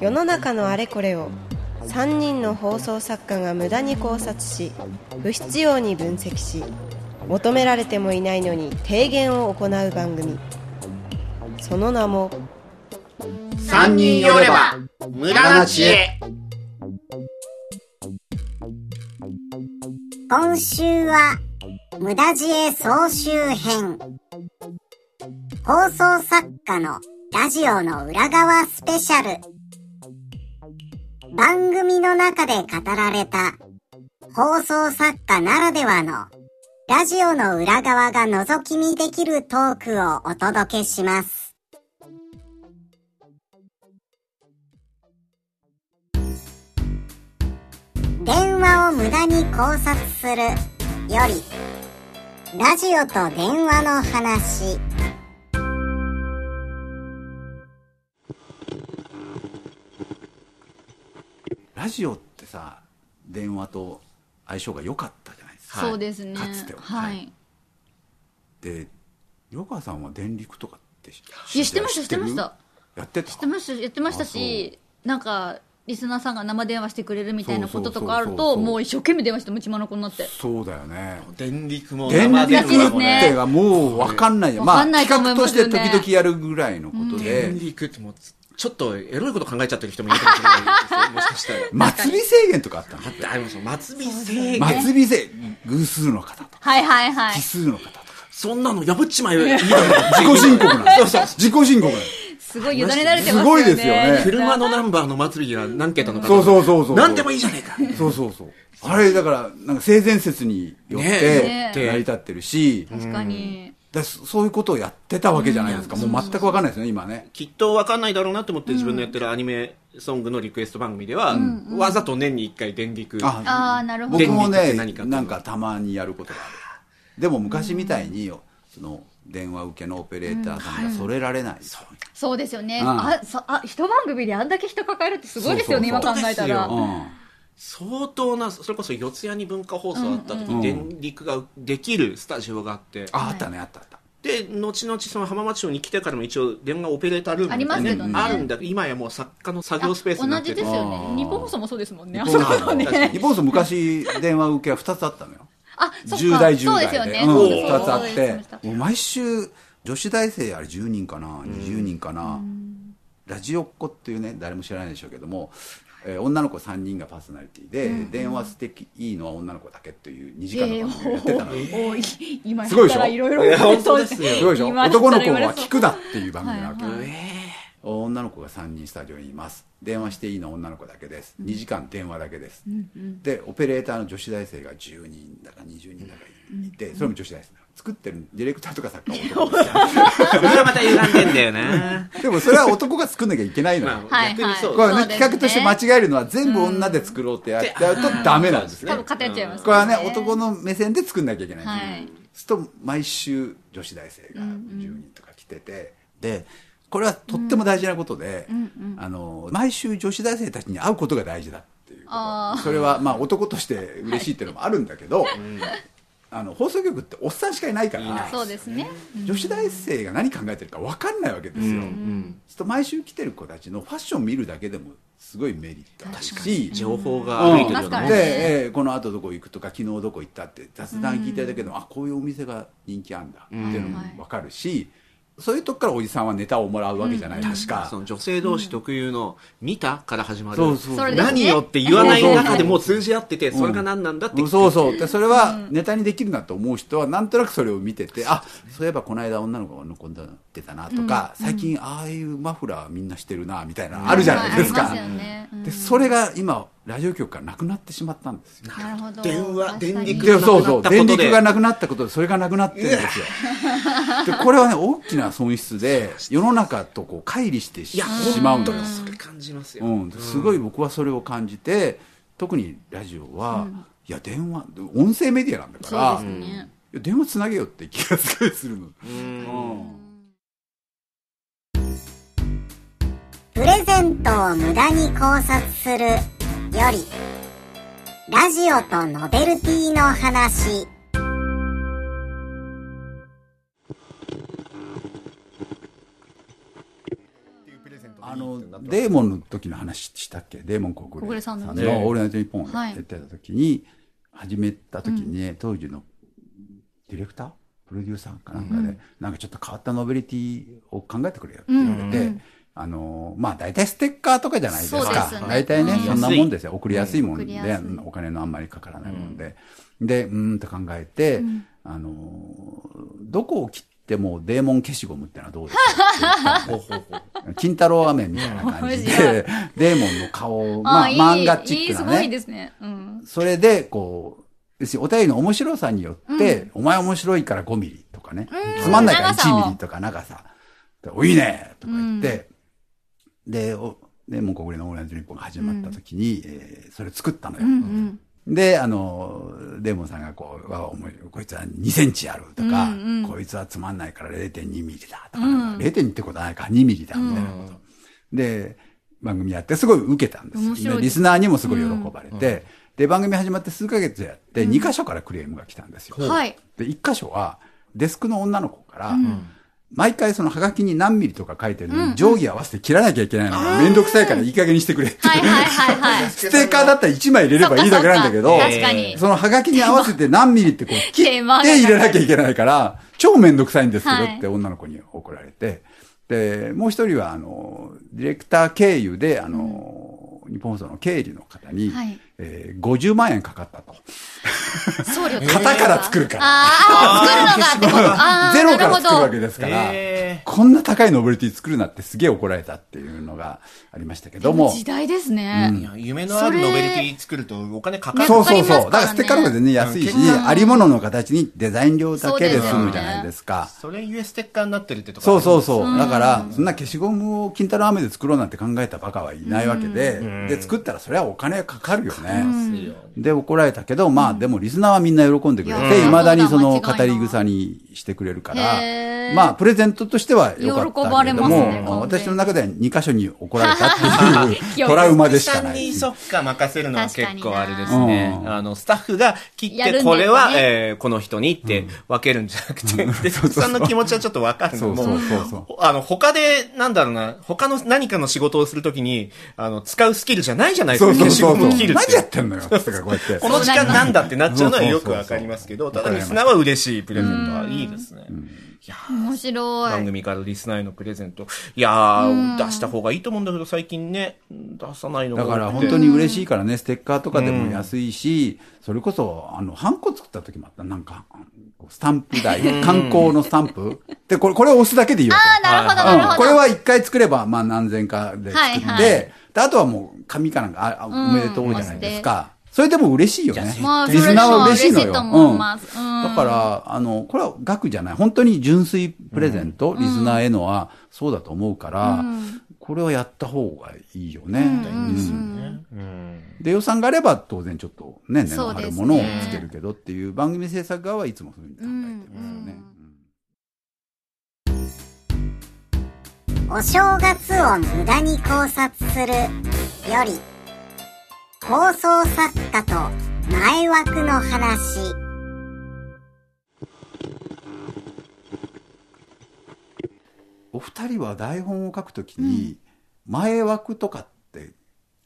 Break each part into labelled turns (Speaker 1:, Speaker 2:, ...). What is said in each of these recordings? Speaker 1: 世の中のあれこれを3人の放送作家が無駄に考察し不必要に分析し求められてもいないのに提言を行う番組その名も
Speaker 2: 三人寄れば無駄な知恵
Speaker 3: 今週は、無駄知恵総集編。放送作家のラジオの裏側スペシャル。番組の中で語られた、放送作家ならではの、ラジオの裏側が覗き見できるトークをお届けします。電話を無駄に考察するよりラジオと電話の話
Speaker 4: ラジオってさ電話と相性が良かったじゃないですか、
Speaker 5: そうですね
Speaker 4: かつては
Speaker 5: はい
Speaker 4: で両川さんは電力とかって知
Speaker 5: いや知ってました知ってました
Speaker 4: やってた
Speaker 5: 知ってましたやってましたしなんかリスナーさんが生電話してくれるみたいなこととかある
Speaker 4: そうそうそう
Speaker 5: と
Speaker 4: そう
Speaker 5: もう一生懸命電話しても血まなこになって
Speaker 4: そうだよね
Speaker 2: 電力も
Speaker 4: 電
Speaker 2: 生
Speaker 4: 力
Speaker 2: 電
Speaker 4: っ
Speaker 5: 懐かしいですね
Speaker 4: てがもう分かんないじゃんま
Speaker 5: わか
Speaker 4: あ
Speaker 5: んない
Speaker 4: 企
Speaker 5: と思
Speaker 4: 画
Speaker 5: い
Speaker 4: とし
Speaker 5: ます
Speaker 4: て
Speaker 5: よね
Speaker 4: 時々やるぐらいのことで、
Speaker 2: 電力ってもうちょっとエロいこと考えちゃってる人もいるかもしれないですよもしかしたら
Speaker 4: 祭り制限とかあったの
Speaker 2: だってあれもその末尾制限
Speaker 4: 祭り制偶数の方とか
Speaker 5: はいはいはい
Speaker 4: 奇数の方とか
Speaker 2: そんなの破っちまえばいいだ
Speaker 4: 自己申告なん です自己申告なんです
Speaker 5: すごい委ねられてま
Speaker 4: す
Speaker 5: すよね
Speaker 4: ごいですよね
Speaker 2: ろ車のナンバーの末尾が何桁の方
Speaker 4: そうそうそうそう
Speaker 2: 何でもいいじゃねえか
Speaker 4: そうそうそう。あれ、だから、なんか性善説によっ
Speaker 2: ね
Speaker 4: て
Speaker 5: ね、
Speaker 4: 成り立ってるし、
Speaker 5: 確かに
Speaker 4: だそそういうことをやってたわけじゃないですか。もう全くわかんないですね、今ね。
Speaker 2: きっと分かんないだろうなと思って自分のやってるアニメソングのリクエスト番組では、わざと年に1回電力
Speaker 4: あ
Speaker 5: ああなるほど
Speaker 4: 僕も
Speaker 2: 電
Speaker 4: ね、
Speaker 2: 力って何かっていうの
Speaker 4: なんかたまにやることがある。でも昔みたいに、その、電話受けのオペレーターさんがそれられない。
Speaker 5: そうですよね、
Speaker 4: うん
Speaker 5: あそあ一番組であんだけ人抱えるってすごいですよね
Speaker 4: そうそ
Speaker 2: そう
Speaker 4: う
Speaker 5: 今考えたら
Speaker 2: そう
Speaker 4: うん。
Speaker 2: 相当なそれこそ四谷に文化放送あった時、
Speaker 4: うん
Speaker 2: 電力ができるスタジオがあって
Speaker 4: あ、あったね、あったあった。
Speaker 2: で後々その浜松町に来てからも一応電話オペレータールームみたいな
Speaker 5: ありますけどね
Speaker 2: あるんだけど今やもう作家の作業スペースにな
Speaker 5: 同
Speaker 2: って
Speaker 5: じ
Speaker 2: る
Speaker 5: ですよ
Speaker 4: あー
Speaker 5: ね日本放送もそうですもんねあ
Speaker 4: 日
Speaker 5: そ
Speaker 4: 本
Speaker 5: こ
Speaker 4: 放送
Speaker 5: もね
Speaker 4: 日本放送昔電話受けは2つあったのよ。
Speaker 5: あそっか
Speaker 4: 10代、10
Speaker 5: そう
Speaker 4: 代
Speaker 5: ですよ
Speaker 4: で、
Speaker 5: ね、
Speaker 4: うん、
Speaker 5: そう
Speaker 4: 2つあっ
Speaker 5: そうですそう
Speaker 4: て、もう毎週、女子大生あれ10人かな、20人かな、ラジオっ子っていうね、誰も知らないでしょうけども、えー女の子3人がパーソナリティで、電話素敵いいのは女の子だけっていう2時間の番組をやってたのよ、
Speaker 5: ですおい今
Speaker 4: すごいでし
Speaker 5: 言っ
Speaker 4: たょ
Speaker 5: らいろいろ言われそうです
Speaker 2: いや
Speaker 4: すごいでしょ
Speaker 5: 今だった
Speaker 4: 男
Speaker 5: ら
Speaker 4: の子
Speaker 5: 言われそう
Speaker 4: は聞くなっていう番組なわけ、
Speaker 5: はい
Speaker 2: え
Speaker 4: 女の子が3人スタジオにいます電話していいのは女の子だけです2時間電話だけです、でオペレーターの女子大生が10人だか20人だかいて、それも女子大生作ってるディレクターとか作家は男ですよ
Speaker 2: ーそれがまた歪んでんだよね
Speaker 4: でもそれは男が作んなきゃいけないのよ、
Speaker 2: まあ、
Speaker 5: はいはい
Speaker 2: 逆にそう
Speaker 4: これはね
Speaker 5: そうですね
Speaker 4: 企画として間違えるのは全部女で作ろうってやっちゃうとダメなんですよ、
Speaker 5: 多分偏っちゃいます、
Speaker 4: これはね男の目線で作んなきゃいけないんですよ、
Speaker 5: はい
Speaker 4: そうすると毎週女子大生が10人とか来てて、でこれはとっても大事なことで、あの毎週女子大生たちに会うことが大事だっていうこと
Speaker 5: あー
Speaker 4: それはまあ男として嬉しいっていうのもあるんだけど、あの放送局っておっさんしかいないから
Speaker 5: そうですね
Speaker 4: 女子大生が何考えてるか分かんないわけですよ、そうすると毎週来てる子たちのファッション見るだけでもすごいメリットあるし
Speaker 2: 情報が
Speaker 4: う
Speaker 2: 歩い
Speaker 4: ん
Speaker 2: てる
Speaker 5: ます
Speaker 2: よ
Speaker 5: か
Speaker 2: ね
Speaker 5: ら
Speaker 4: で、えーこの後どこ行くとか昨日どこ行ったって雑談聞いてるだけでも、あこういうお店が人気あんだっていうのも分かるし、そういうとこからおじさんはネタをもらうわけじゃないですか、
Speaker 2: その女性同士特有の「見た?」から始まる、
Speaker 4: そうそう
Speaker 5: それですね
Speaker 2: 何よって言わない中でもう通じ合ってて、それが何なんだって聞く
Speaker 4: そうそうでそれはネタにできるなと思う人はなんとなくそれを見てて、あそういえばこの間女の子が残ってたなとか、最近ああいうマフラーみんなしてるなみたいなのあるじゃないですか、
Speaker 5: はいありますよねうん
Speaker 4: でそれが今ラジオ局からなくなってしまったんですよ
Speaker 5: なるほど
Speaker 2: 電話
Speaker 5: 確かに
Speaker 2: 電力
Speaker 4: でそうそう
Speaker 2: なくなったこと
Speaker 4: 電
Speaker 2: で
Speaker 4: 力がなくなったことでそれがなくなってるんですよでこれはね大きな損失で世の中とこう乖離してし
Speaker 2: いや
Speaker 4: しまう
Speaker 2: 本
Speaker 4: の
Speaker 2: 当
Speaker 4: よ
Speaker 2: にそれ感じますよ、
Speaker 4: うん、すごい僕はそれを感じて特にラジオは、いや電話音声メディアなんだか
Speaker 5: そ
Speaker 4: ら
Speaker 5: う、ですね、
Speaker 4: いや電話つなげよって気がすごいするの、
Speaker 3: プレゼントを無駄に考察するよりラジオとノベルティの話
Speaker 4: あの、デーモンの時の話したっけデーモン国
Speaker 5: 小暮
Speaker 4: 連
Speaker 5: さ
Speaker 4: さ
Speaker 5: ん
Speaker 4: ん
Speaker 5: の
Speaker 4: の
Speaker 2: ね
Speaker 4: オールナイトニッポンを
Speaker 5: はい
Speaker 4: やってた時に、始めた時にね、当時のディレクタープロデューサーかなんかで、なんかちょっと変わったノベリティを考えてくれよって言われて、あの、まあ大体ステッカーとかじゃないです
Speaker 5: そうで
Speaker 4: か。
Speaker 5: すね
Speaker 4: 大体ね、
Speaker 5: うん
Speaker 4: そんなもんですよ。送りやすいも
Speaker 5: 送
Speaker 4: ん
Speaker 5: り
Speaker 4: で、
Speaker 5: やすい
Speaker 4: お金のあんまりかからないもんで。で、うーんと考えて、あの、どこを切ってもデーモン消しゴムってのはどうです かって言ったんで金太郎飴みたいな感じで、デーモンの顔を、まあ、
Speaker 5: いい
Speaker 4: 漫画チ
Speaker 5: い
Speaker 4: ッ
Speaker 5: い
Speaker 4: ク
Speaker 5: す
Speaker 4: な
Speaker 5: ごい
Speaker 4: ね。
Speaker 5: ですね。うん。
Speaker 4: それで、こう、要するにお便りの面白さによって、お前面白いから5ミリとかね、つまんないから
Speaker 5: 長さを
Speaker 4: 1ミリとか長さ、でおいいねとか言って、で、おで、もうこれのオールナイトニッポンが始まった時に、えーそれ作ったのよ。
Speaker 5: うん
Speaker 4: で、あの、デーモンさんがこう、わおもいこいつは2センチあるとか、
Speaker 5: うんうん
Speaker 4: こいつはつまんないから0.2ミリだとか、0.2ってことはないか、2ミリだみたいなこと。で、番組やってすごい受けたんですよ
Speaker 5: 面白い
Speaker 4: でリスナーにもすごい喜ばれて、で、番組始まって数ヶ月やって、2箇所からクレームが来たんですよ。
Speaker 5: うん。はい。
Speaker 4: で、1箇所は、デスクの女の子から、毎回そのハガキに何ミリとか書いてるのに、定規合わせて切らなきゃいけないのがめんどくさいからいい加減にしてくれって。
Speaker 5: はいはいはい はい。
Speaker 4: ステッカーだったら1枚入れればいいだけなんだけ
Speaker 5: そ
Speaker 4: ど
Speaker 5: っ、かそっか確かに。
Speaker 4: そのハガキに合わせて何ミリってこう切って
Speaker 5: 手間がかかる
Speaker 4: 入れなきゃいけないから、超めんどくさいんですけ
Speaker 5: は
Speaker 4: ど
Speaker 5: い
Speaker 4: って女の子に怒られて、で、もう一人は、あの、ディレクター経由で、あの、日本放送の経理の方に、
Speaker 5: はい
Speaker 4: えー50万円かかったと。
Speaker 5: 送料
Speaker 4: 型から作るから。
Speaker 5: あーあ、作るのがって こと。あー
Speaker 4: ゼロから
Speaker 5: なる
Speaker 4: 作る
Speaker 5: ほ
Speaker 4: わ
Speaker 5: ど
Speaker 4: けですから、
Speaker 2: え
Speaker 4: こんな高いノベルティ作るなってすげえ怒られたっていうのがありましたけども。
Speaker 5: 時代ですね。
Speaker 2: ーいや夢のあるノベルティ作るとお金かかる
Speaker 4: そうそうそう。
Speaker 5: わかりま
Speaker 4: だ
Speaker 5: すからね
Speaker 4: からステッカーとか全然安いし、ありものの形にデザイン料だけで済むじゃないですか。
Speaker 2: それゆえステッカーになってるってとこ
Speaker 4: そうそう
Speaker 2: う
Speaker 4: そう。だから、そんな消しゴムを金太郎飴で作ろうなんて考えたバカはいないわけで、で、作ったらそれはお金かかるよね。で、怒られたけど、まあ、でもリスナーはみんな喜んでくれ
Speaker 5: い
Speaker 4: て、
Speaker 5: や
Speaker 4: 未だにそ
Speaker 5: そ
Speaker 4: の
Speaker 5: うだ
Speaker 4: 語
Speaker 5: 間違いない
Speaker 4: り草にしてくれるから
Speaker 5: へー、
Speaker 4: まあ、プレゼントとしては良かった
Speaker 5: 喜ば
Speaker 4: け
Speaker 5: れ
Speaker 4: れど
Speaker 5: ますね
Speaker 4: も、
Speaker 5: 完
Speaker 4: 私
Speaker 5: 全に
Speaker 4: の中では2箇所に怒られたってい
Speaker 5: 記憶
Speaker 4: うトラウマでし
Speaker 2: さ
Speaker 4: か
Speaker 2: ん
Speaker 4: ない
Speaker 2: に。そっか任せるのは結構あれです
Speaker 4: 確か
Speaker 2: ね
Speaker 4: に。な
Speaker 2: あの、スタッフが切
Speaker 5: や
Speaker 2: っ
Speaker 5: る
Speaker 2: て、
Speaker 5: んですね
Speaker 2: これは、えーこの人にって分けるんじゃなくて、で、さんの気持ちはちょっとわかる
Speaker 4: そ
Speaker 2: の
Speaker 4: う
Speaker 2: も
Speaker 4: そうそうそう。
Speaker 2: あの、他で、なんだろうな、他の何かの仕事をするときに、あの、使うスキルじゃないじゃないです
Speaker 4: そ
Speaker 2: か、消
Speaker 4: うそう
Speaker 2: し
Speaker 4: そ
Speaker 2: ゴ
Speaker 4: うそ
Speaker 2: ム
Speaker 4: う。
Speaker 2: 切るっ。
Speaker 4: 何やっててんのよ、つってかこうやって。
Speaker 2: この時間なんだってなっちゃうのはよくわかりますけど、
Speaker 4: そうそ
Speaker 2: た
Speaker 4: うそう
Speaker 2: だリスナーは嬉しいプレゼントはいいですね。いやー
Speaker 5: 面白
Speaker 2: 番
Speaker 5: い。
Speaker 2: 組からリスナーへのプレゼント。いやー、出した方がいいと思うんだけど、最近ね、出さないのが
Speaker 4: だ
Speaker 2: 多く
Speaker 4: か
Speaker 2: て
Speaker 4: ら本当に嬉しいからね、ステッカーとかでも安いし、それこそ、あの、ハンコ作った時もあった。なんか、スタンプ台、観光のスタンプ。で、これ、これを押すだけでいいわ
Speaker 5: あーなるほど
Speaker 4: け。
Speaker 5: なるほど。
Speaker 4: うん、これは一回作れば、まあ何千かで作って、
Speaker 5: はいはい
Speaker 4: で、あとはもう紙かなんか、ああおめでとうじゃないですか。それでも嬉しいよね。リス
Speaker 5: まあ、それ
Speaker 4: ナーは嬉しいの
Speaker 5: 嬉し
Speaker 4: よ。
Speaker 5: いと思い
Speaker 4: うん
Speaker 5: ます。うん。
Speaker 4: だから、あの、これは額じゃない。本当に純粋プレゼント、リスナーへのは、そうだと思うから、これはやった方がいいよね。うんで、予算があれば、当然ちょっとね、値の張るものをつけるけどっていう、番組制作側はいつもそういうふうに考えてますよね。
Speaker 3: お正月を無駄に考察するより放送作家と前枠の話
Speaker 4: お二人は台本を書くときに、前枠とかって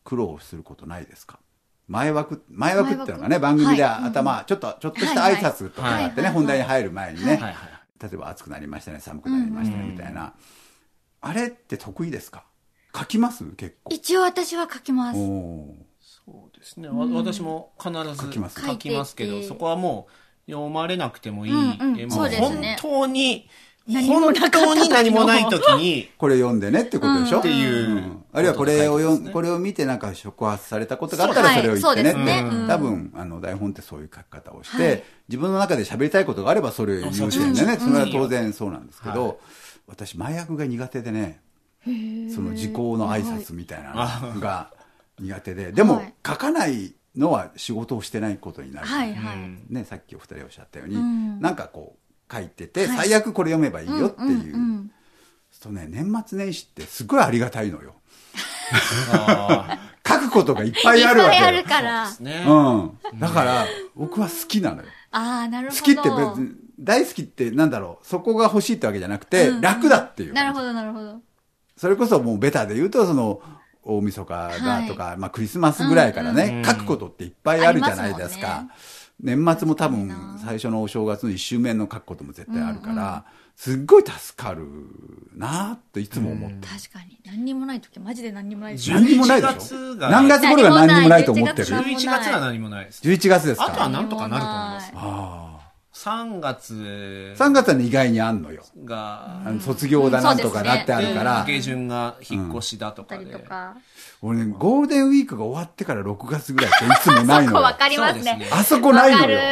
Speaker 4: 苦労することないですか前枠、前枠っていうのがね、
Speaker 5: 前枠
Speaker 4: 番組で
Speaker 5: はい
Speaker 4: 頭、ちょっと、ちょっとした挨拶とかがあってね、
Speaker 5: はいはい
Speaker 4: 本題に入る前にね、
Speaker 2: はいはい
Speaker 4: 例えば暑くなりましたね、寒くなりましたね、みたいな。あれって得意ですか書きます結構。
Speaker 5: 一応私は書きます。
Speaker 4: おー
Speaker 2: そうですね、わ私も必ず
Speaker 4: 書きます
Speaker 2: 書きますけ
Speaker 5: 書い
Speaker 2: ど
Speaker 5: てて
Speaker 2: そこはもう読まれなくてもいい、
Speaker 5: うんうん
Speaker 2: え
Speaker 5: そ
Speaker 2: も
Speaker 5: うです
Speaker 2: 本
Speaker 5: ね
Speaker 2: 当に、
Speaker 5: 何も
Speaker 2: 本
Speaker 5: なかった時の
Speaker 2: 当に何もない時に
Speaker 4: これ読んでねってことでしょ、
Speaker 2: っていう、
Speaker 4: うんあるいはこれを読ん、こ
Speaker 2: れ
Speaker 4: れを見てなんか触発されたことがあったらそれを言ってねって。
Speaker 5: そうはいそうですねうん
Speaker 4: 多分、あの、台本ってそういう書き方をして、
Speaker 5: はい
Speaker 4: 自分の中で喋りたいことがあればそれを言うしね、
Speaker 2: うん
Speaker 4: それは当然そうなんですけど、私、前役が苦手でね、その時効の挨拶みたいなのが苦手で、でも、
Speaker 5: はい
Speaker 4: 書かないのは仕事をしてないことになる。
Speaker 5: はいはい。
Speaker 4: ね、さっきお二人おっしゃったように、
Speaker 5: ん
Speaker 4: なんかこう、書いてて、最悪これ読めばいいよっていう。
Speaker 5: んんん
Speaker 4: そうね、年末年始ってすごいありがたいのよ。書くことがいっぱいあるわ
Speaker 5: いっ
Speaker 4: け
Speaker 5: ぱいあ
Speaker 4: よ
Speaker 5: る。から。あ
Speaker 2: ね、
Speaker 4: うん。だから、僕は好きなのよ。
Speaker 5: あー、なる
Speaker 4: 好
Speaker 5: ほど。
Speaker 4: きって別に、大好きってなんだろう、そこが欲しいってわけじゃなくて、楽だっていう。
Speaker 5: なるほど、なるほど。
Speaker 4: それこそもうベタで言うと、その、大晦日がとか、まあクリスマスぐらいからね、書くことっていっぱいあるじゃないです
Speaker 5: あ
Speaker 4: か。
Speaker 5: り
Speaker 4: 年末も多分最初のお正月の一周目の書くことも絶対あるから、すっごい助かるなっていつも思って。
Speaker 5: 確かに何にもない時マジで何にもないです
Speaker 4: 何にもないでしょ
Speaker 2: 11月が
Speaker 4: 何月頃が何にもないと思ってる
Speaker 5: 何もない
Speaker 2: 11月は何もないです。
Speaker 4: 11月です
Speaker 2: あとは
Speaker 4: か
Speaker 2: なんとかなると思います。
Speaker 4: あ
Speaker 2: 3月
Speaker 4: あ3月はね意外にあんのよ。
Speaker 2: が、
Speaker 4: あの卒業だなんとかだってあるから、
Speaker 2: 下旬が引っ越しだとか
Speaker 5: たり
Speaker 2: で。
Speaker 5: とか
Speaker 4: 俺ね、ゴールデンウィークが終わってから6月ぐらいっていつもない
Speaker 5: そ
Speaker 4: の
Speaker 5: こ
Speaker 4: よ。
Speaker 5: 分かります
Speaker 2: そう
Speaker 5: ね
Speaker 2: です
Speaker 4: あそこないのよ
Speaker 5: わ。かる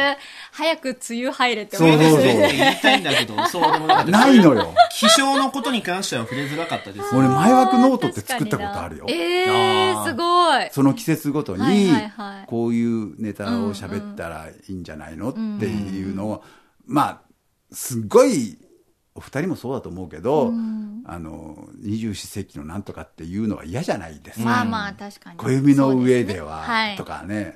Speaker 5: 早く梅雨入れって
Speaker 4: そうそうそう
Speaker 2: 言いたいんだけど、そうでもなかったです
Speaker 4: ないの よ。
Speaker 2: 気象のことに関しては触れづらかったです。
Speaker 4: 俺、前枠ノートって作ったことあるよ。
Speaker 5: えー、すごい
Speaker 4: その季節ごとに、
Speaker 5: はいはいはい
Speaker 4: こういうネタを喋ったらいいんじゃないの、っていうのを、まあ、すっごい、お二人もそうだと思うけど、あの、二十四世紀のなんとかっていうのは嫌じゃないですか。
Speaker 5: まあまあ確かに
Speaker 4: 暦の上で
Speaker 5: そうすね
Speaker 4: は、
Speaker 5: い
Speaker 4: とかね、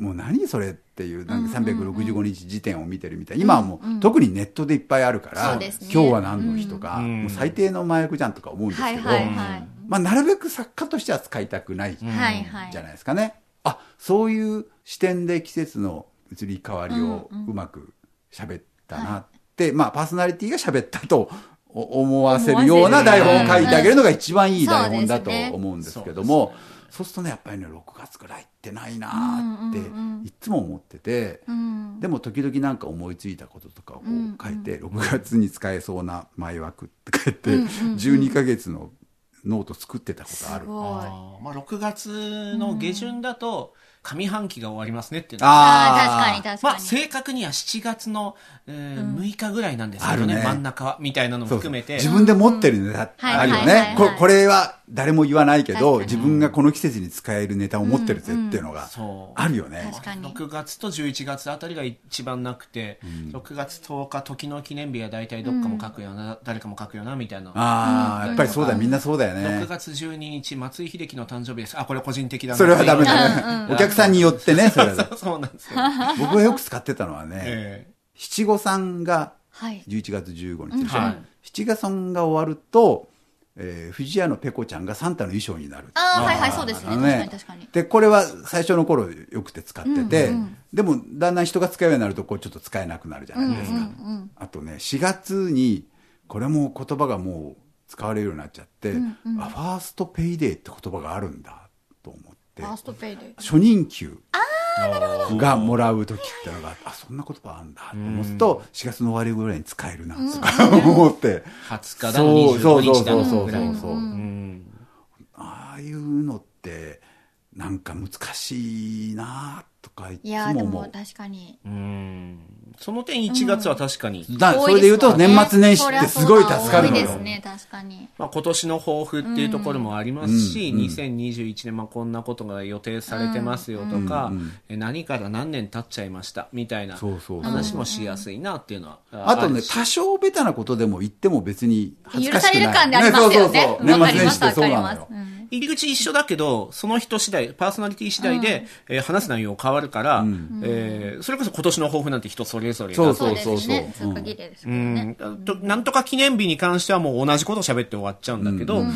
Speaker 4: もう何それっていう、なんか365日時点を見てるみたい。今はもう、特にネットでいっぱいあるから、
Speaker 5: そう
Speaker 4: 今
Speaker 5: ですね
Speaker 4: 日は何の日とか、
Speaker 2: ん
Speaker 4: もう最低の麻薬じゃんとか思うんです
Speaker 5: は
Speaker 4: け
Speaker 5: い
Speaker 4: ど、
Speaker 5: はいはい
Speaker 4: まあ、なるべく作家としては使いたくないじゃ
Speaker 5: はいはい
Speaker 4: ないですかね。あ、そういう視点で季節の移り変わりをうまく喋ったなって、まあ、パーソナリティが喋ったとお思わせるような台本を書いてあげるのが一番いい台本だと思うんですけども、そうするとね、やっぱりね、6月くらいってないなーって、いつも思ってて、
Speaker 5: うん
Speaker 4: でも時々なんか思いついたこととかをこう書いて、6月に使えそうな前枠って書いて、12ヶ月のノート作ってたことあ
Speaker 5: す
Speaker 4: る。
Speaker 5: ごい
Speaker 2: あーまあ、6月の下旬だと、上半期が終わりますねっていうのは
Speaker 5: あー確かに確
Speaker 2: ま
Speaker 5: か
Speaker 2: あ、
Speaker 5: に
Speaker 2: 正確には7月の、えー6日ぐらいなんですけど
Speaker 4: あ
Speaker 2: ね、
Speaker 4: るね
Speaker 2: 真ん中はみたいなのも
Speaker 4: そうそう
Speaker 2: 含めて。
Speaker 4: 自分で持ってるネタ
Speaker 5: うんうん
Speaker 4: あるよ
Speaker 5: はいはいは
Speaker 4: ね
Speaker 5: い。
Speaker 4: こ
Speaker 5: はい
Speaker 4: これは誰も言わないけ
Speaker 5: 確
Speaker 4: ど、
Speaker 5: かに
Speaker 4: 自分がこの季節に使えるネタを持ってるぜっていうのが
Speaker 2: そう
Speaker 4: あるよね。
Speaker 5: 確かに
Speaker 2: 6月と11月あたりが一番なくて、6月10日時の記念日は大体どっかも書くよな、誰かも書くよなみたいな
Speaker 4: ああ、やっぱりそうだよ、みんなそうだよ
Speaker 2: 6
Speaker 4: ね。
Speaker 2: 月12日松井秀喜の誕生日ですあこれ個人的だな
Speaker 4: それはダ メだね。お客さんによってね、それは。
Speaker 2: そうなん ですよ、
Speaker 4: 僕がよく使ってたのはね、
Speaker 2: え
Speaker 4: 七五三が
Speaker 5: はい
Speaker 4: 11月15日でしょ、
Speaker 2: うんはい
Speaker 4: 七月三が終わると、えー、藤屋のペコちゃんがサンタの衣装になる。
Speaker 5: ああはいはいそうですね
Speaker 4: あ
Speaker 5: 確
Speaker 4: の
Speaker 5: かに確かに
Speaker 4: で、これは最初の頃よくて使ってて、でもだんだん人が使うようになると、こうちょっと使えなくなるじゃないですか。あとね、4月に、これも言葉がもう使われるようになっちゃって、あファーストペイデーって言葉があるんだと思って
Speaker 5: ファ、ーストペイで
Speaker 4: 初任給がもらう時ってのがあってあそんな言葉あるんだと思うと4月の終わりぐらいに使えるなとか思って
Speaker 2: 20日だの25日だのぐらいの
Speaker 4: そう
Speaker 2: うん
Speaker 4: ああいうのってなんか難しいなとかい
Speaker 5: い
Speaker 4: つ
Speaker 5: や
Speaker 4: も
Speaker 5: ーで
Speaker 4: 思
Speaker 5: も
Speaker 4: う。
Speaker 5: 確かに
Speaker 2: うんその点1月は確かに、
Speaker 4: だそれで言うと
Speaker 5: 多いですわね
Speaker 4: 年末年始ってすごい助かるの
Speaker 5: そりゃそうだ多いです
Speaker 4: よ。
Speaker 5: ね確かに
Speaker 2: まあ、今年の抱負っていうところもありますし、2021年、まあ、こんなことが予定されてますよとか、え何から何年経っちゃいましたみたいな
Speaker 4: そうそうそう
Speaker 2: 話もしやすいなっていうのは、
Speaker 4: あと
Speaker 2: る
Speaker 4: ね、
Speaker 2: し
Speaker 4: 多少ベタなことでも言っても別に恥ず
Speaker 5: 許
Speaker 4: かし
Speaker 5: さ
Speaker 4: くない。
Speaker 5: れる感でありますよね
Speaker 4: そうそうそう
Speaker 5: わか
Speaker 4: 年
Speaker 5: り
Speaker 4: 末
Speaker 5: ま
Speaker 4: 年始
Speaker 5: す
Speaker 4: って
Speaker 5: わ
Speaker 4: そう
Speaker 5: かり
Speaker 4: なの
Speaker 5: ます
Speaker 4: よ。
Speaker 5: うん
Speaker 2: 入り口一緒だけど、その人次第、パーソナリティ次第で、えー話す内容変わるから、えーそれこそ今年の抱負なんて人それぞれだ
Speaker 4: そう
Speaker 5: そうですね
Speaker 4: そうそうそう
Speaker 5: 通過儀礼ですけ
Speaker 2: う
Speaker 5: どね
Speaker 2: ん、となんとか記念日に関してはもう同じこと喋って終わっちゃうんだけど、うん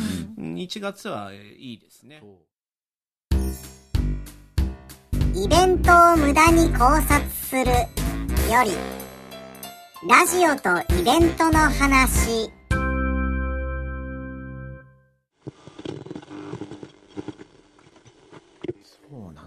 Speaker 2: 1月はえーいいですね。
Speaker 3: イベントを無駄に考察するよりラジオとイベントの話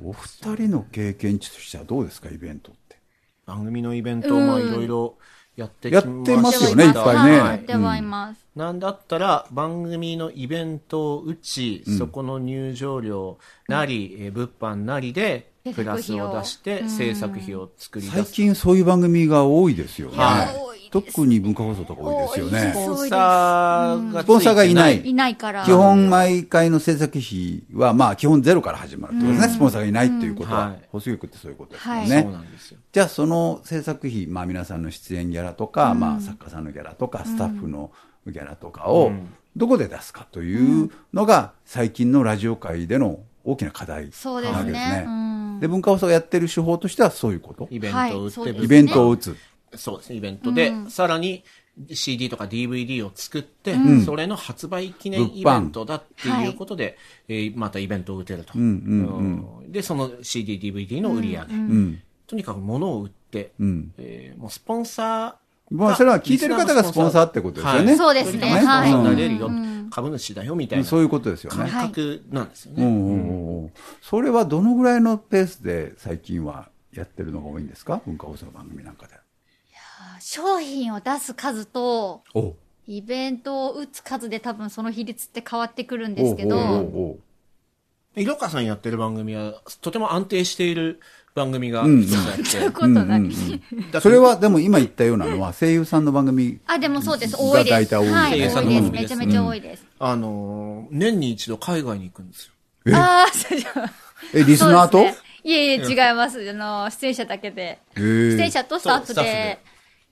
Speaker 4: お二人の経験値としてはどうですか、イベントって。
Speaker 2: 番組のイベントをまあいろいろやってき
Speaker 4: やってま
Speaker 5: です
Speaker 4: よね
Speaker 5: い
Speaker 4: い
Speaker 5: っ
Speaker 4: っ
Speaker 5: ぱ
Speaker 4: ぱ
Speaker 5: い
Speaker 4: い
Speaker 5: ね
Speaker 4: ね
Speaker 5: やってはいます
Speaker 2: なんだったら番組のイベントを打ち、そこの入場料なり、えー物販なりで
Speaker 5: 制
Speaker 2: プ
Speaker 5: 作
Speaker 2: ラ
Speaker 5: 費
Speaker 2: ス
Speaker 5: を
Speaker 2: を出して制作費を作り出
Speaker 4: 最
Speaker 2: す。
Speaker 4: 近そういう番組が多いですよね。
Speaker 2: はい
Speaker 4: 特に文化放送とか多いですよ
Speaker 5: 多い
Speaker 4: ね
Speaker 5: で。す
Speaker 2: スポンサーが。
Speaker 4: スポンサーがいないい。
Speaker 5: いないから
Speaker 4: 基本毎回の制作費は、まあ基本ゼロから始まるってことですね。スポンサーがいないっていうこと
Speaker 2: う
Speaker 4: は
Speaker 2: ん。
Speaker 4: 放送局ってそういうことですよ
Speaker 5: は
Speaker 4: ね。
Speaker 2: そうなんですよ。
Speaker 4: じゃあその制作費、まあ皆さんの出演ギャラとか、まあ作家さんのギャラとか、スタッフのギャラとかを、どこで出すかというのが最近のラジオ界での大きな課題なわけです
Speaker 5: そう
Speaker 4: ね。
Speaker 5: ですねうん
Speaker 4: で、文化放送がやってる手法としてはそういうこと。
Speaker 2: イベントを打って、
Speaker 5: はいそうです
Speaker 4: イベントを打つ。
Speaker 2: そうですね、イベントで、さらに、 CD とか DVD を作って、それの発売記念イベントだっていうことで、えーまたイベントを打てると、うんで、その CD、DVD の売り上げ。とにかく物を売って、えーもうスポンサーが。
Speaker 4: まあそれは聞いてる方がスポンサーってことですよね
Speaker 2: はい
Speaker 5: そうですね
Speaker 2: とにかくスポンサーに
Speaker 4: はい
Speaker 2: なれるよ、株主だよみたいな
Speaker 4: そういうことですよ
Speaker 2: 感
Speaker 4: ね。
Speaker 2: 覚なんですよね。
Speaker 4: うんうんうんうんそれはどのぐらいのペースで最近はやってるのが多いんですか文化放送の番組なんかで。
Speaker 5: 商品を出す数と、
Speaker 4: お
Speaker 5: イベントを打つ数で多分その比率って変わってくるんですけど、
Speaker 4: おうおうおうおう
Speaker 2: いろかさんやってる番組は、とても安定している番組が
Speaker 4: ん
Speaker 2: 一つあって
Speaker 5: そういうことない。
Speaker 4: うんうんそれはでも今言ったようなのは声優さんの番組
Speaker 5: あ、でもそうです。多いです。
Speaker 4: 大体多い
Speaker 5: は
Speaker 2: 声優
Speaker 5: い、
Speaker 2: さ
Speaker 5: 多
Speaker 2: ん
Speaker 5: い
Speaker 2: の多い
Speaker 5: です。め
Speaker 2: で
Speaker 5: ち
Speaker 2: す
Speaker 5: ゃめちゃ多いです。
Speaker 2: あのー、年に一度海外に行くんですよ。
Speaker 5: ああ、そうじゃ
Speaker 4: えリスナーと、
Speaker 5: そうですねいえいえ、違います。あの、出演者だけで。出演者とスタッ
Speaker 2: そうス
Speaker 5: フ
Speaker 2: タッフで
Speaker 5: で、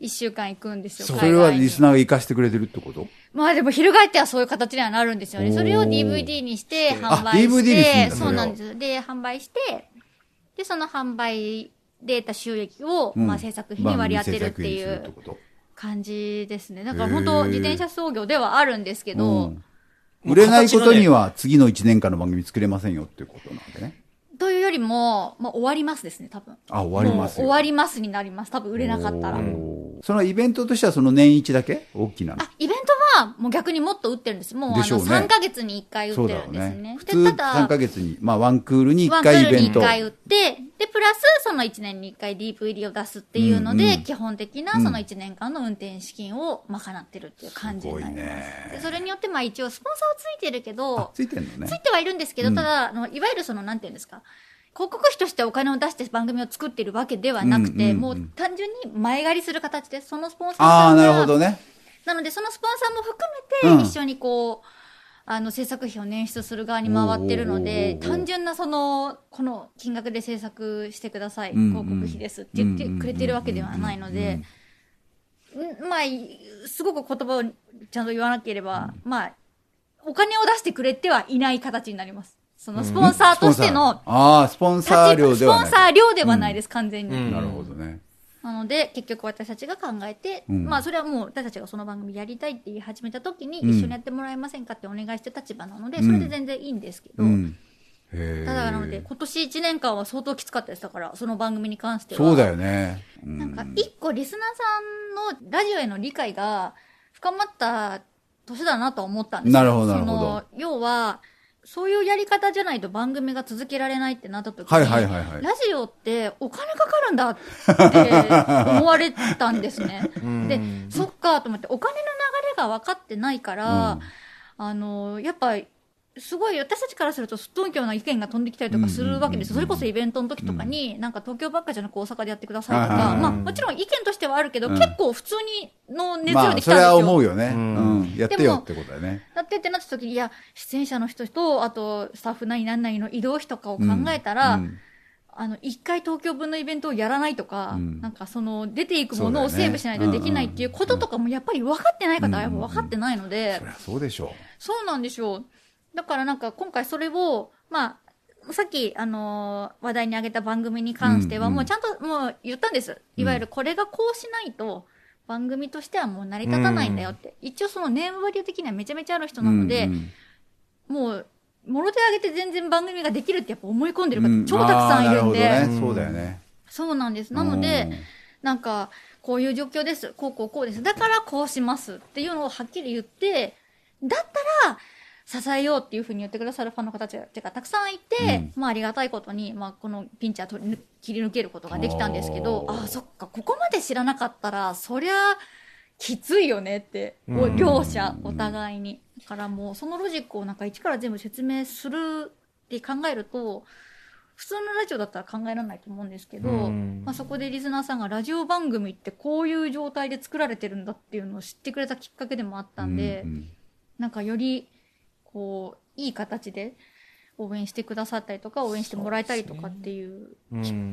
Speaker 5: 一週間行くんですよ。
Speaker 4: それはリス
Speaker 5: ナ
Speaker 4: ナ
Speaker 5: ー
Speaker 4: ーが生かしてくれてるってこと
Speaker 5: まあでも、翻ってはそういう形にはなるんですよね。
Speaker 4: おー
Speaker 5: それを DVD にして、販売
Speaker 4: DVD
Speaker 5: し
Speaker 4: にするん
Speaker 5: て、
Speaker 4: だ
Speaker 5: そうなんです。で、販売して、で、その販売で得た収益を、まあ制作費に割り当てるって
Speaker 4: 番組制
Speaker 5: い
Speaker 4: 作費にするって
Speaker 5: う
Speaker 4: こと
Speaker 5: 感じですね。だから本当、自転車操業ではあるんですけ
Speaker 4: う
Speaker 5: ど
Speaker 4: ん、売れないことには次の1年間の番組作れませんよっていうことなんでね。
Speaker 5: というよりも、まあ終わりますですね、多分。
Speaker 4: あ、終わります
Speaker 5: 終
Speaker 4: よ。
Speaker 5: わりますになります。多分売れなかったら。
Speaker 4: おーそのイベントとしてはその年一だけ大きなの
Speaker 5: あ。、イベントは、もう逆にもっと打ってるんです。もう、あ
Speaker 4: で
Speaker 5: の、
Speaker 4: しょうね
Speaker 5: 3ヶ月に1回打
Speaker 4: そう
Speaker 5: って
Speaker 4: だ
Speaker 5: る
Speaker 4: ろ
Speaker 5: ん
Speaker 4: う
Speaker 5: ですね。
Speaker 4: ね。普
Speaker 5: で
Speaker 4: 通
Speaker 5: ただ
Speaker 4: 3ヶ月に、まあワンクールに
Speaker 5: ワ
Speaker 4: 1
Speaker 5: ンクー
Speaker 4: 回イ
Speaker 5: ル
Speaker 4: ベ
Speaker 5: に
Speaker 4: ント
Speaker 5: 1。回打って、で、プラス、その1年に1回 DVD を出すっていうので、
Speaker 4: うんうん
Speaker 5: 基本的な、その1年間の運転資金を賄ってるっていう感じになります。
Speaker 4: すごいね
Speaker 5: でそれによって、まあ一応、スポンサーはついてるけ
Speaker 4: あ
Speaker 5: ど、
Speaker 4: ついてんのね
Speaker 5: つ。いてはいるんですけど、ただ、あの、いわゆるその、なんていうんですか、広告費としてお金を出して番組を作ってるわけではなくて、
Speaker 4: うんうんうん
Speaker 5: もう単純に前借りする形で、そのスポンサー
Speaker 4: あ
Speaker 5: さ
Speaker 4: あ、
Speaker 5: んが、
Speaker 4: なるほどね。
Speaker 5: なので、そのスポンサーも
Speaker 4: う
Speaker 5: 含
Speaker 4: ん
Speaker 5: めて、一緒にこう、あの、制作費を捻出する側に回ってるので、
Speaker 4: おーおーおーおー
Speaker 5: 単純なその、この金額で制作してください、
Speaker 4: んうん
Speaker 5: 広告費ですって言ってくれてるわけではないので、んまあ、いすごく言葉をちゃんと言わなければ、まあ、お金を出してくれてはいない形になります。そのスポンサーとして
Speaker 4: ス
Speaker 5: の
Speaker 4: ポンサーああ、スポン
Speaker 5: 立
Speaker 4: サー
Speaker 5: ち、
Speaker 4: 料で
Speaker 5: スポ
Speaker 4: は
Speaker 5: ン
Speaker 4: ない。
Speaker 5: サー料ではないです、完全に。
Speaker 2: うん
Speaker 4: なるほどね。
Speaker 5: なので、結局私たちが考えて、
Speaker 4: ん
Speaker 5: まあそれはもう私たちがその番組やりたいって言い始めた時に、一緒にやってもらえませんかってお願いした立場なので、それで全然いいんですけど、
Speaker 4: うん。へえ
Speaker 5: ただなので、今年1年間は相当きつかったですだから、その番組に関しては。
Speaker 4: そうだよね。う
Speaker 5: なんか、一個リスナーさんのラジオへの理解が深まった年だなとは思ったんですよ
Speaker 4: なるほどなるほど
Speaker 5: その要は、そういうやり方じゃないと番組が続けられないってなった時に、
Speaker 4: はいはいはいはい
Speaker 5: ラジオってお金かかるんだって思われたんです ね。で、そっかと思って、お金の流れが分かってないから、あの、やっぱ、すごい私たちからするとすっとんきょうな意見が飛んできたりとかするわけですよ。それこそイベントの時とかに、なんか東京ばっかじゃなく大阪でやってくださいと
Speaker 4: はいはい
Speaker 5: か、
Speaker 4: はい
Speaker 5: まあもちろん意見としてはあるけど、
Speaker 4: ん
Speaker 5: 結構普通にの熱
Speaker 4: ま
Speaker 5: 量
Speaker 4: あ、
Speaker 5: で来
Speaker 4: そ
Speaker 5: たん
Speaker 4: れ
Speaker 5: で
Speaker 4: は
Speaker 5: すよ。
Speaker 4: 思うよね。
Speaker 2: ん
Speaker 4: うん。やってよってことだよね。
Speaker 5: だってってなった時に、いや、出演者の人と、あと、スタッフ何何々の移動費とかを考えたら、
Speaker 4: うん
Speaker 5: あの、一回東京分のイベントをやらないとか、
Speaker 4: ん
Speaker 5: なんかその、出ていくものを
Speaker 4: そうだよね
Speaker 5: セーブしないとできないっていうこととかもやっぱり分かってない方はやっぱ分かってないので、
Speaker 4: そりゃそうでしょ
Speaker 5: そうなんでしょう。だからなんか今回それを、まあ、さっき、あのー話題に挙げた番組に関して
Speaker 4: う
Speaker 5: は、
Speaker 4: んうん
Speaker 5: もうちゃんともう言ったんです。いわゆるこれがこうしないと、番組としてはもう成り立たないんだよって。一応そのネームバリュー的にはめちゃめちゃある人
Speaker 4: う。
Speaker 5: なので、
Speaker 4: うんうん
Speaker 5: もう、もろ手挙げて全然番組ができるってやっぱ思い込んでる
Speaker 4: うん
Speaker 5: 方超たくさんいるんで、
Speaker 4: あーなるほどね、そうだよね。
Speaker 5: そうなんです。なので、
Speaker 4: うん
Speaker 5: なんか、こういう状況です。こうこうこうです。だからこうしますっていうのをはっきり言って、だったら、支えようっていうふうに言ってくださるファンの方たちがたくさんいて、まあありがたいことに、まあこのピンチは取り抜切り抜けることができたんですけど、
Speaker 4: おー
Speaker 5: ああ、そっか、ここまで知らなかったら、そりゃ、きついよねって、お両者、お互いに。だからもう、そのロジックをなんか一から全部説明するって考えると、普通のラジオだったら考えられないと思うんですけど、
Speaker 2: うん
Speaker 5: まあ、そこでリスナーさんがラジオ番組ってこういう状態で作られてるんだっていうのを知ってくれたきっかけでもあったんで、
Speaker 4: うん
Speaker 5: なんかより、こう、いい形で応援してくださったりとか、応援してもらえたりとかってい
Speaker 2: う
Speaker 5: う。
Speaker 2: ん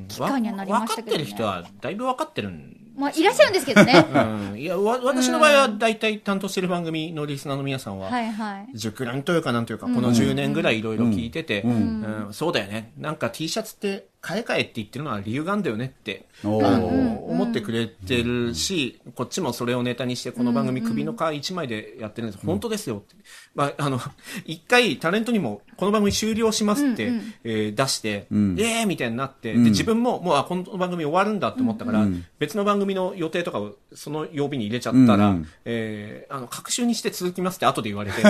Speaker 5: 機会にはなりましたけ
Speaker 2: わ分か
Speaker 5: どね
Speaker 2: ってる人はだいぶ分かってるん
Speaker 5: まあ、いらっしゃるんですけどね。
Speaker 2: うんいや、わ、私の場合は大体担当してる番組のリスナーの皆さんは、
Speaker 5: はいはい。
Speaker 2: 熟練というかなんというか、この10年ぐらいいろいろ聞いてて、うんそうだよね。なんか T シャツって買い替えって言ってるのは理由があるんだよねって、あ
Speaker 4: おー
Speaker 2: の、思ってくれてるし、こっちもそれをネタにして、この番組首の皮1枚でやってるんです。本当ですよって。まあ、あの、一回タレントにも、この番組終了しますって、えー出して、えーみたいになって、で、自分ももう、あ、この番組終わるんだって思ったから、別の番組の予定とかをその曜日に入れちゃったら、
Speaker 4: うんうん
Speaker 2: えーあの、隔週にして続きますって後で言われて、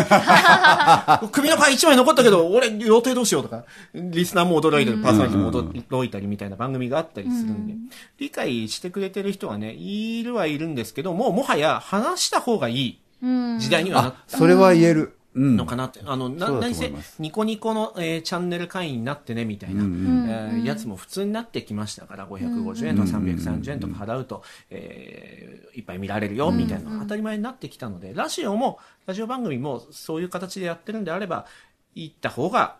Speaker 2: 首の皮一枚残ったけど、俺予定どうしようとか、リスナーも驚いたり、パーソナリティも驚いたりみたいな番組があったりするんで、理解してくれてる人はね、いるはいるんですけど、もうもはや話した方がいい時代にはなっ
Speaker 4: あ、それは言える。うん。
Speaker 2: のかなって、あの、な、
Speaker 4: そうだと思い
Speaker 2: 何せ
Speaker 4: ます、
Speaker 2: ニコニコの、えーチャンネル会員になってね、みたいな、えーやつも普通になってきましたから、550円とか330円とか払うと、えーいっぱい見られるよ、みたいな、当たり前になってきたので、ラジオも、ラジオ番組も、そういう形でやってるんであれば、行った方が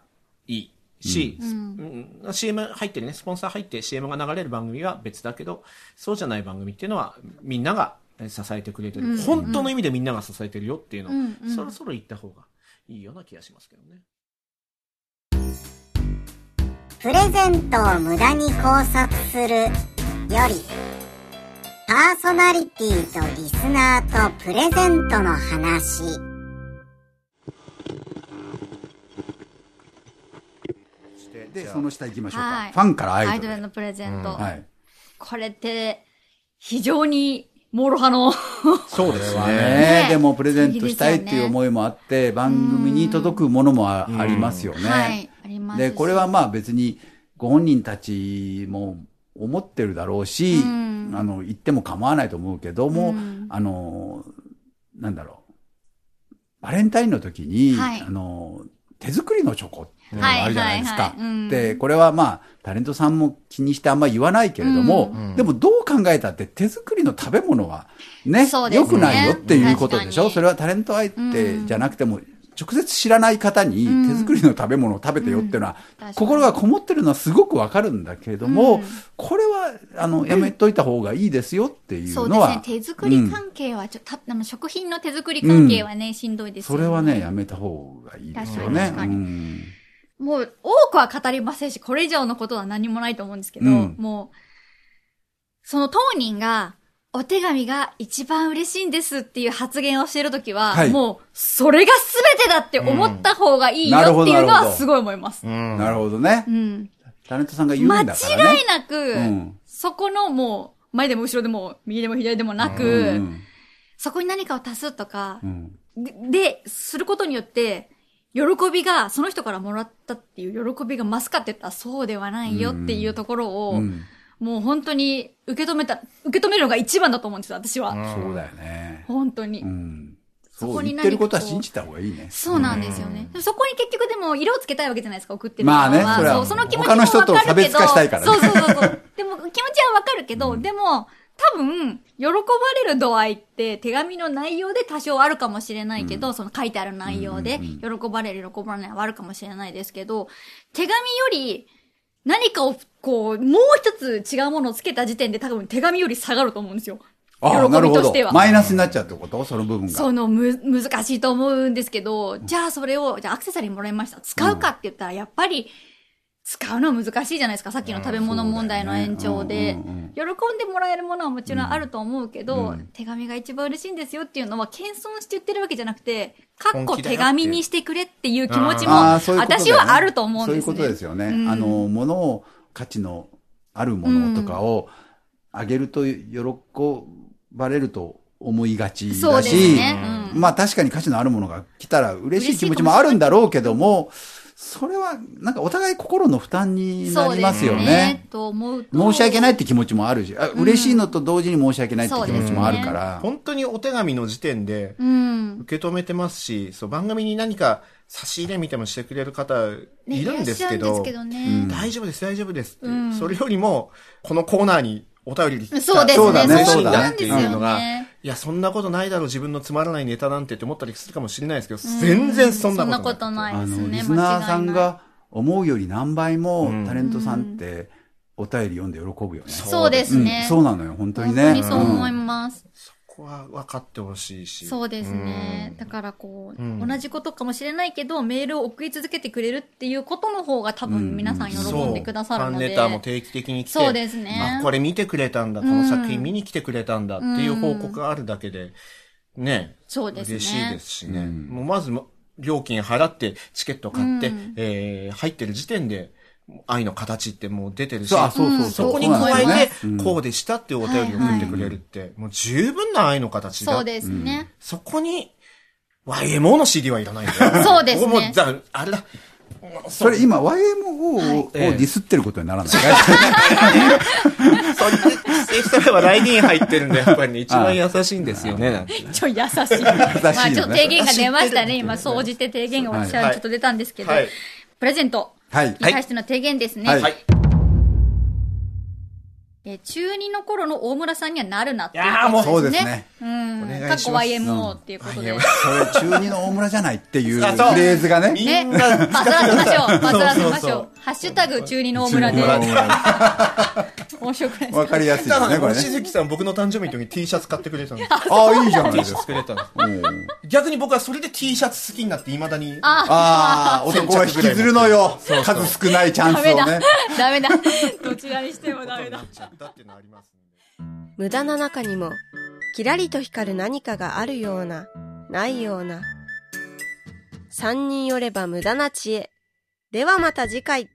Speaker 2: いい。し、うん CM 入ってるね、スポンサー入って CM が流れる番組は別だけど、そうじゃない番組っていうのは、みんながえー支えてくれてる、本当の意味でみんなが支えてるよっていうのを、
Speaker 5: うんうん
Speaker 2: そろそろ行った方がいいような気がしますけどね。
Speaker 3: プレゼントを無駄に考察するよりパーソナリティとリスナーとプレゼントの話
Speaker 4: で、その下行きましょうか。
Speaker 5: はい
Speaker 4: ファンからア
Speaker 5: ア
Speaker 4: イ
Speaker 5: イ
Speaker 4: ド
Speaker 5: ド
Speaker 4: ルへ。
Speaker 5: ルのプレゼント。
Speaker 4: はい。
Speaker 5: これって、非常に、もろ派の。
Speaker 2: そうです
Speaker 4: まあ
Speaker 2: ね。
Speaker 4: ね
Speaker 5: ね
Speaker 4: でもプレゼントしたいっていう思いもあって、番組に届くものもあありますよね。
Speaker 5: はい。ありますし。
Speaker 4: で、これはまあ別にご本人たちも思ってるだろうし、
Speaker 5: うん
Speaker 4: あの、言っても構わないと思うけども、
Speaker 5: うん
Speaker 4: あの、なんだろう。バレンタインの時に、
Speaker 5: はい
Speaker 4: あの、手作りのチョコっていうのがあるじゃないです
Speaker 5: はい
Speaker 4: か
Speaker 5: はいはいうん。
Speaker 4: で、これはまあ、タレントさんも気にしてあんま言わないけれども、でもどう考えたって手作りの食べ物はね、
Speaker 5: そうです
Speaker 4: 良
Speaker 5: ね
Speaker 4: くないよっていうことでし
Speaker 5: 確か
Speaker 4: ょ
Speaker 5: に
Speaker 4: それはタレント相手じゃなくても、直接知らない方に手作りの食べ物を食べてよっていうのは、
Speaker 5: うん
Speaker 4: 心がこもってるのはすごくわかるんだけれども、これは、あの、やめといた方がいいですよってい
Speaker 5: そううで
Speaker 4: の
Speaker 5: す
Speaker 4: は、
Speaker 5: ね。手作り関係は、ちょっと、たあの食品の手作り関係はね、しんどいです
Speaker 4: そ
Speaker 5: よ
Speaker 4: れはね、やめた方がいいですよね
Speaker 5: 確。かに
Speaker 4: うん
Speaker 5: もう、多くは語りませんし、これ以上のことは何もないと思うんですけど、
Speaker 4: うん
Speaker 5: もう、その当人が、お手紙が一番嬉しいんですっていう発言をしてるときは、
Speaker 4: はい
Speaker 5: もう、それが全てだって思った方がいいよ
Speaker 4: うん
Speaker 5: っていう
Speaker 4: なる
Speaker 5: の
Speaker 4: ほどなるほ
Speaker 5: は
Speaker 4: ど
Speaker 5: すごい思います。う
Speaker 4: なるほどね。
Speaker 5: ん。
Speaker 4: タレントさんが言
Speaker 5: 間
Speaker 4: う
Speaker 5: 違
Speaker 4: んだからね
Speaker 5: い。なく、
Speaker 4: ん
Speaker 5: そこのもう、前でも後ろでも、右でも左でもなく、
Speaker 4: うん
Speaker 5: そこに何かを足すとか
Speaker 4: う、ん
Speaker 5: で、ですることによって、喜びが、その人からもらったっていう喜びが増すかって言ったらそうではないよっていうところを、
Speaker 4: うん
Speaker 5: もう本当に受け止めた、受け止めるのが一番だと思うんですよ、私は。
Speaker 4: そうだよね。
Speaker 5: 本当に。
Speaker 4: うん。
Speaker 5: そ
Speaker 4: そう
Speaker 5: こ
Speaker 4: 言
Speaker 5: に何かこ
Speaker 4: ってるこ
Speaker 5: う
Speaker 4: とは信じた方がいいね。
Speaker 5: そうなんですよね。そこに結局でも色をつけたいわけじゃないですか、送ってる
Speaker 4: まあね
Speaker 5: 人
Speaker 4: それは
Speaker 5: うその気持ち
Speaker 4: 他
Speaker 5: も
Speaker 4: の人
Speaker 5: わ
Speaker 4: と
Speaker 5: かるけど。
Speaker 4: 差別化したいからね
Speaker 5: そうそうそうそう。でも気 持ちはわかるけど、でも、多分、喜ばれる度合いって手紙の内容で多少あるかもしれないけど、その書いてある内容で、喜ばれる、喜ばれないはあるかもしれないですけど、手紙より何かをこう、もう一つ違うものをつけた時点で多分手紙より下がると思うんですよ。
Speaker 4: ああ、
Speaker 5: 喜
Speaker 4: なる
Speaker 5: び
Speaker 4: ほ
Speaker 5: とし
Speaker 4: ど
Speaker 5: ては。。
Speaker 4: マイナスになっちゃうってことその部分
Speaker 5: そ
Speaker 4: が。
Speaker 5: のむ、難しいと思うんですけど、じゃあそれを、じゃあアクセサリーもらいました。使うかって言ったら、やっぱり、使うのは難しいじゃないですか。さっきの食べ物問題の延長で。
Speaker 4: うんそうだよね
Speaker 5: 喜んでもらえるものはもちろんあると思うけど、手紙が一番嬉しいんですよっていうのは、謙遜して言ってるわけじゃなくて、かっこ
Speaker 2: 本気だよ
Speaker 5: 手紙にしてくれっていう気持ちも、
Speaker 4: ああ、そういうことだよね
Speaker 5: 私はあると思うんですね。
Speaker 4: そういうことですよね。
Speaker 5: ん
Speaker 4: あの、ものを、価値のあるものとかを、あげると喜ばれると思いがち
Speaker 5: そう
Speaker 4: だ
Speaker 5: で
Speaker 4: し、
Speaker 5: すね。うん。
Speaker 4: まあ確かに価値のあるものが来たら嬉しい気持ちもあるんだろうけども、それはなんかお互い心の負担にな
Speaker 5: そう
Speaker 4: り
Speaker 5: で
Speaker 4: ます
Speaker 5: す
Speaker 4: よ
Speaker 5: ね
Speaker 4: ね。。
Speaker 5: と思うと。。
Speaker 4: 申し訳ないいって気持ちもあるし、あ嬉しいのと同時に申し訳ないって気持ちもあるから。
Speaker 2: 本当にお手紙の時点で
Speaker 5: うん。
Speaker 2: 受け止めてますし、そう番組に何か差し入れみたいなのしてくれる方
Speaker 5: ね
Speaker 2: いるんですけ
Speaker 5: いらっしゃるんで
Speaker 2: ど、
Speaker 5: すけどね。
Speaker 2: 大丈夫です、大丈夫ですって、それよりも、このコーナーにお便り来
Speaker 5: そうですね
Speaker 4: そうだね
Speaker 2: 嬉しいん
Speaker 4: そう
Speaker 2: だ
Speaker 4: な
Speaker 2: っ
Speaker 4: ん
Speaker 2: てい
Speaker 4: ですよね
Speaker 2: うのが、
Speaker 5: うん
Speaker 2: いや、そんなことないだろう、自分のつまらないネタなんてって思ったりするかもしれないですけど、全然そんなことない。
Speaker 5: ない
Speaker 4: あ
Speaker 5: です
Speaker 4: の、
Speaker 5: ね。
Speaker 4: リスナーさん
Speaker 5: 間違いない。
Speaker 4: が思うより何倍もタレントさんってお便り読んで喜ぶよね。
Speaker 5: そうですね。
Speaker 4: そうなのよ、本当にね。
Speaker 5: 本当にそう思います。
Speaker 2: ここは分かってほしいし。
Speaker 5: そうですね。だからこう、
Speaker 2: うん
Speaker 5: 同じことかもしれないけど、メールを送り続けてくれるっていうことの方が多分皆さん喜んでくださる
Speaker 2: ファ
Speaker 5: の
Speaker 2: ン
Speaker 5: で。
Speaker 2: レターも定期的に来て、
Speaker 5: そうですね
Speaker 2: あ、これ見てくれたんだ、この作品見に来てくれたんだっていう報告があるだけで、ね、
Speaker 5: そうですね
Speaker 2: 嬉しいですしね。もうまずも、料金払って、チケット買って、
Speaker 5: うん
Speaker 2: えー入ってる時点で、愛の形ってもう出てるし、
Speaker 4: そうあそうそうそう
Speaker 2: こに加
Speaker 5: そうなん
Speaker 2: え
Speaker 4: ですねうん
Speaker 2: て、こうでしたっていうお便りを送ってくれるって、もう十分な愛の形だ。
Speaker 5: そうですね。
Speaker 2: そこに、YMO の CD はいらないんだよ。
Speaker 5: そうですね
Speaker 2: もう、だから、あれだ。
Speaker 4: それ今 YMO ををディスってることにならない。
Speaker 2: それで指摘すればライディーン入ってるんで、やっぱりね、一番優しいんですよね、なんて。
Speaker 5: ちょい優し
Speaker 4: ね
Speaker 5: い。まあちょっと提言が出ましたね。今、総じて提言が私はちょっと出たんですけど、
Speaker 2: はいはい
Speaker 5: プレゼント
Speaker 4: はい
Speaker 5: に対しての提言ですね。
Speaker 4: はい
Speaker 2: はい。
Speaker 5: えー中2の頃の大村さんにはなるなっていう
Speaker 2: いやーもう
Speaker 5: こと
Speaker 4: そ
Speaker 5: です
Speaker 4: うです
Speaker 5: ね
Speaker 4: ね。
Speaker 5: うん。
Speaker 2: お願いし
Speaker 5: 過
Speaker 2: ま
Speaker 5: 去
Speaker 2: す
Speaker 5: YMO っていうことで。
Speaker 4: それ中二の大村じゃないっていうフレ
Speaker 2: あそう
Speaker 4: ーズがね。
Speaker 5: ね、バズらせましょう。バズらせまし
Speaker 2: そうそ
Speaker 5: ょ
Speaker 2: う
Speaker 5: う。ハッシュタグ中二の大村で。面白くないです
Speaker 4: わ
Speaker 5: か
Speaker 4: かりやすいですね、これ
Speaker 2: し
Speaker 4: ね。
Speaker 2: ずきさん、僕の誕生日の時に T シャツ買ってくれたんです。
Speaker 4: ああ、いいじゃない
Speaker 2: T
Speaker 4: で
Speaker 2: シ
Speaker 4: す
Speaker 2: ャ
Speaker 4: か
Speaker 2: ツ。くれたんです。
Speaker 4: うん
Speaker 2: 逆に僕はそれで T シャツ好きになって、未だに。
Speaker 4: ああ、男は引きずるのよ。数少ないチャンス
Speaker 5: ダメ
Speaker 4: を
Speaker 5: だ
Speaker 4: ね。。
Speaker 5: ダメだ。どちらにしてもダメだ。
Speaker 2: ちゃったっていうのありますね
Speaker 1: 無駄な中にもキラリと光る何かがあるようなないような3人よれば無駄な知恵ではまた次回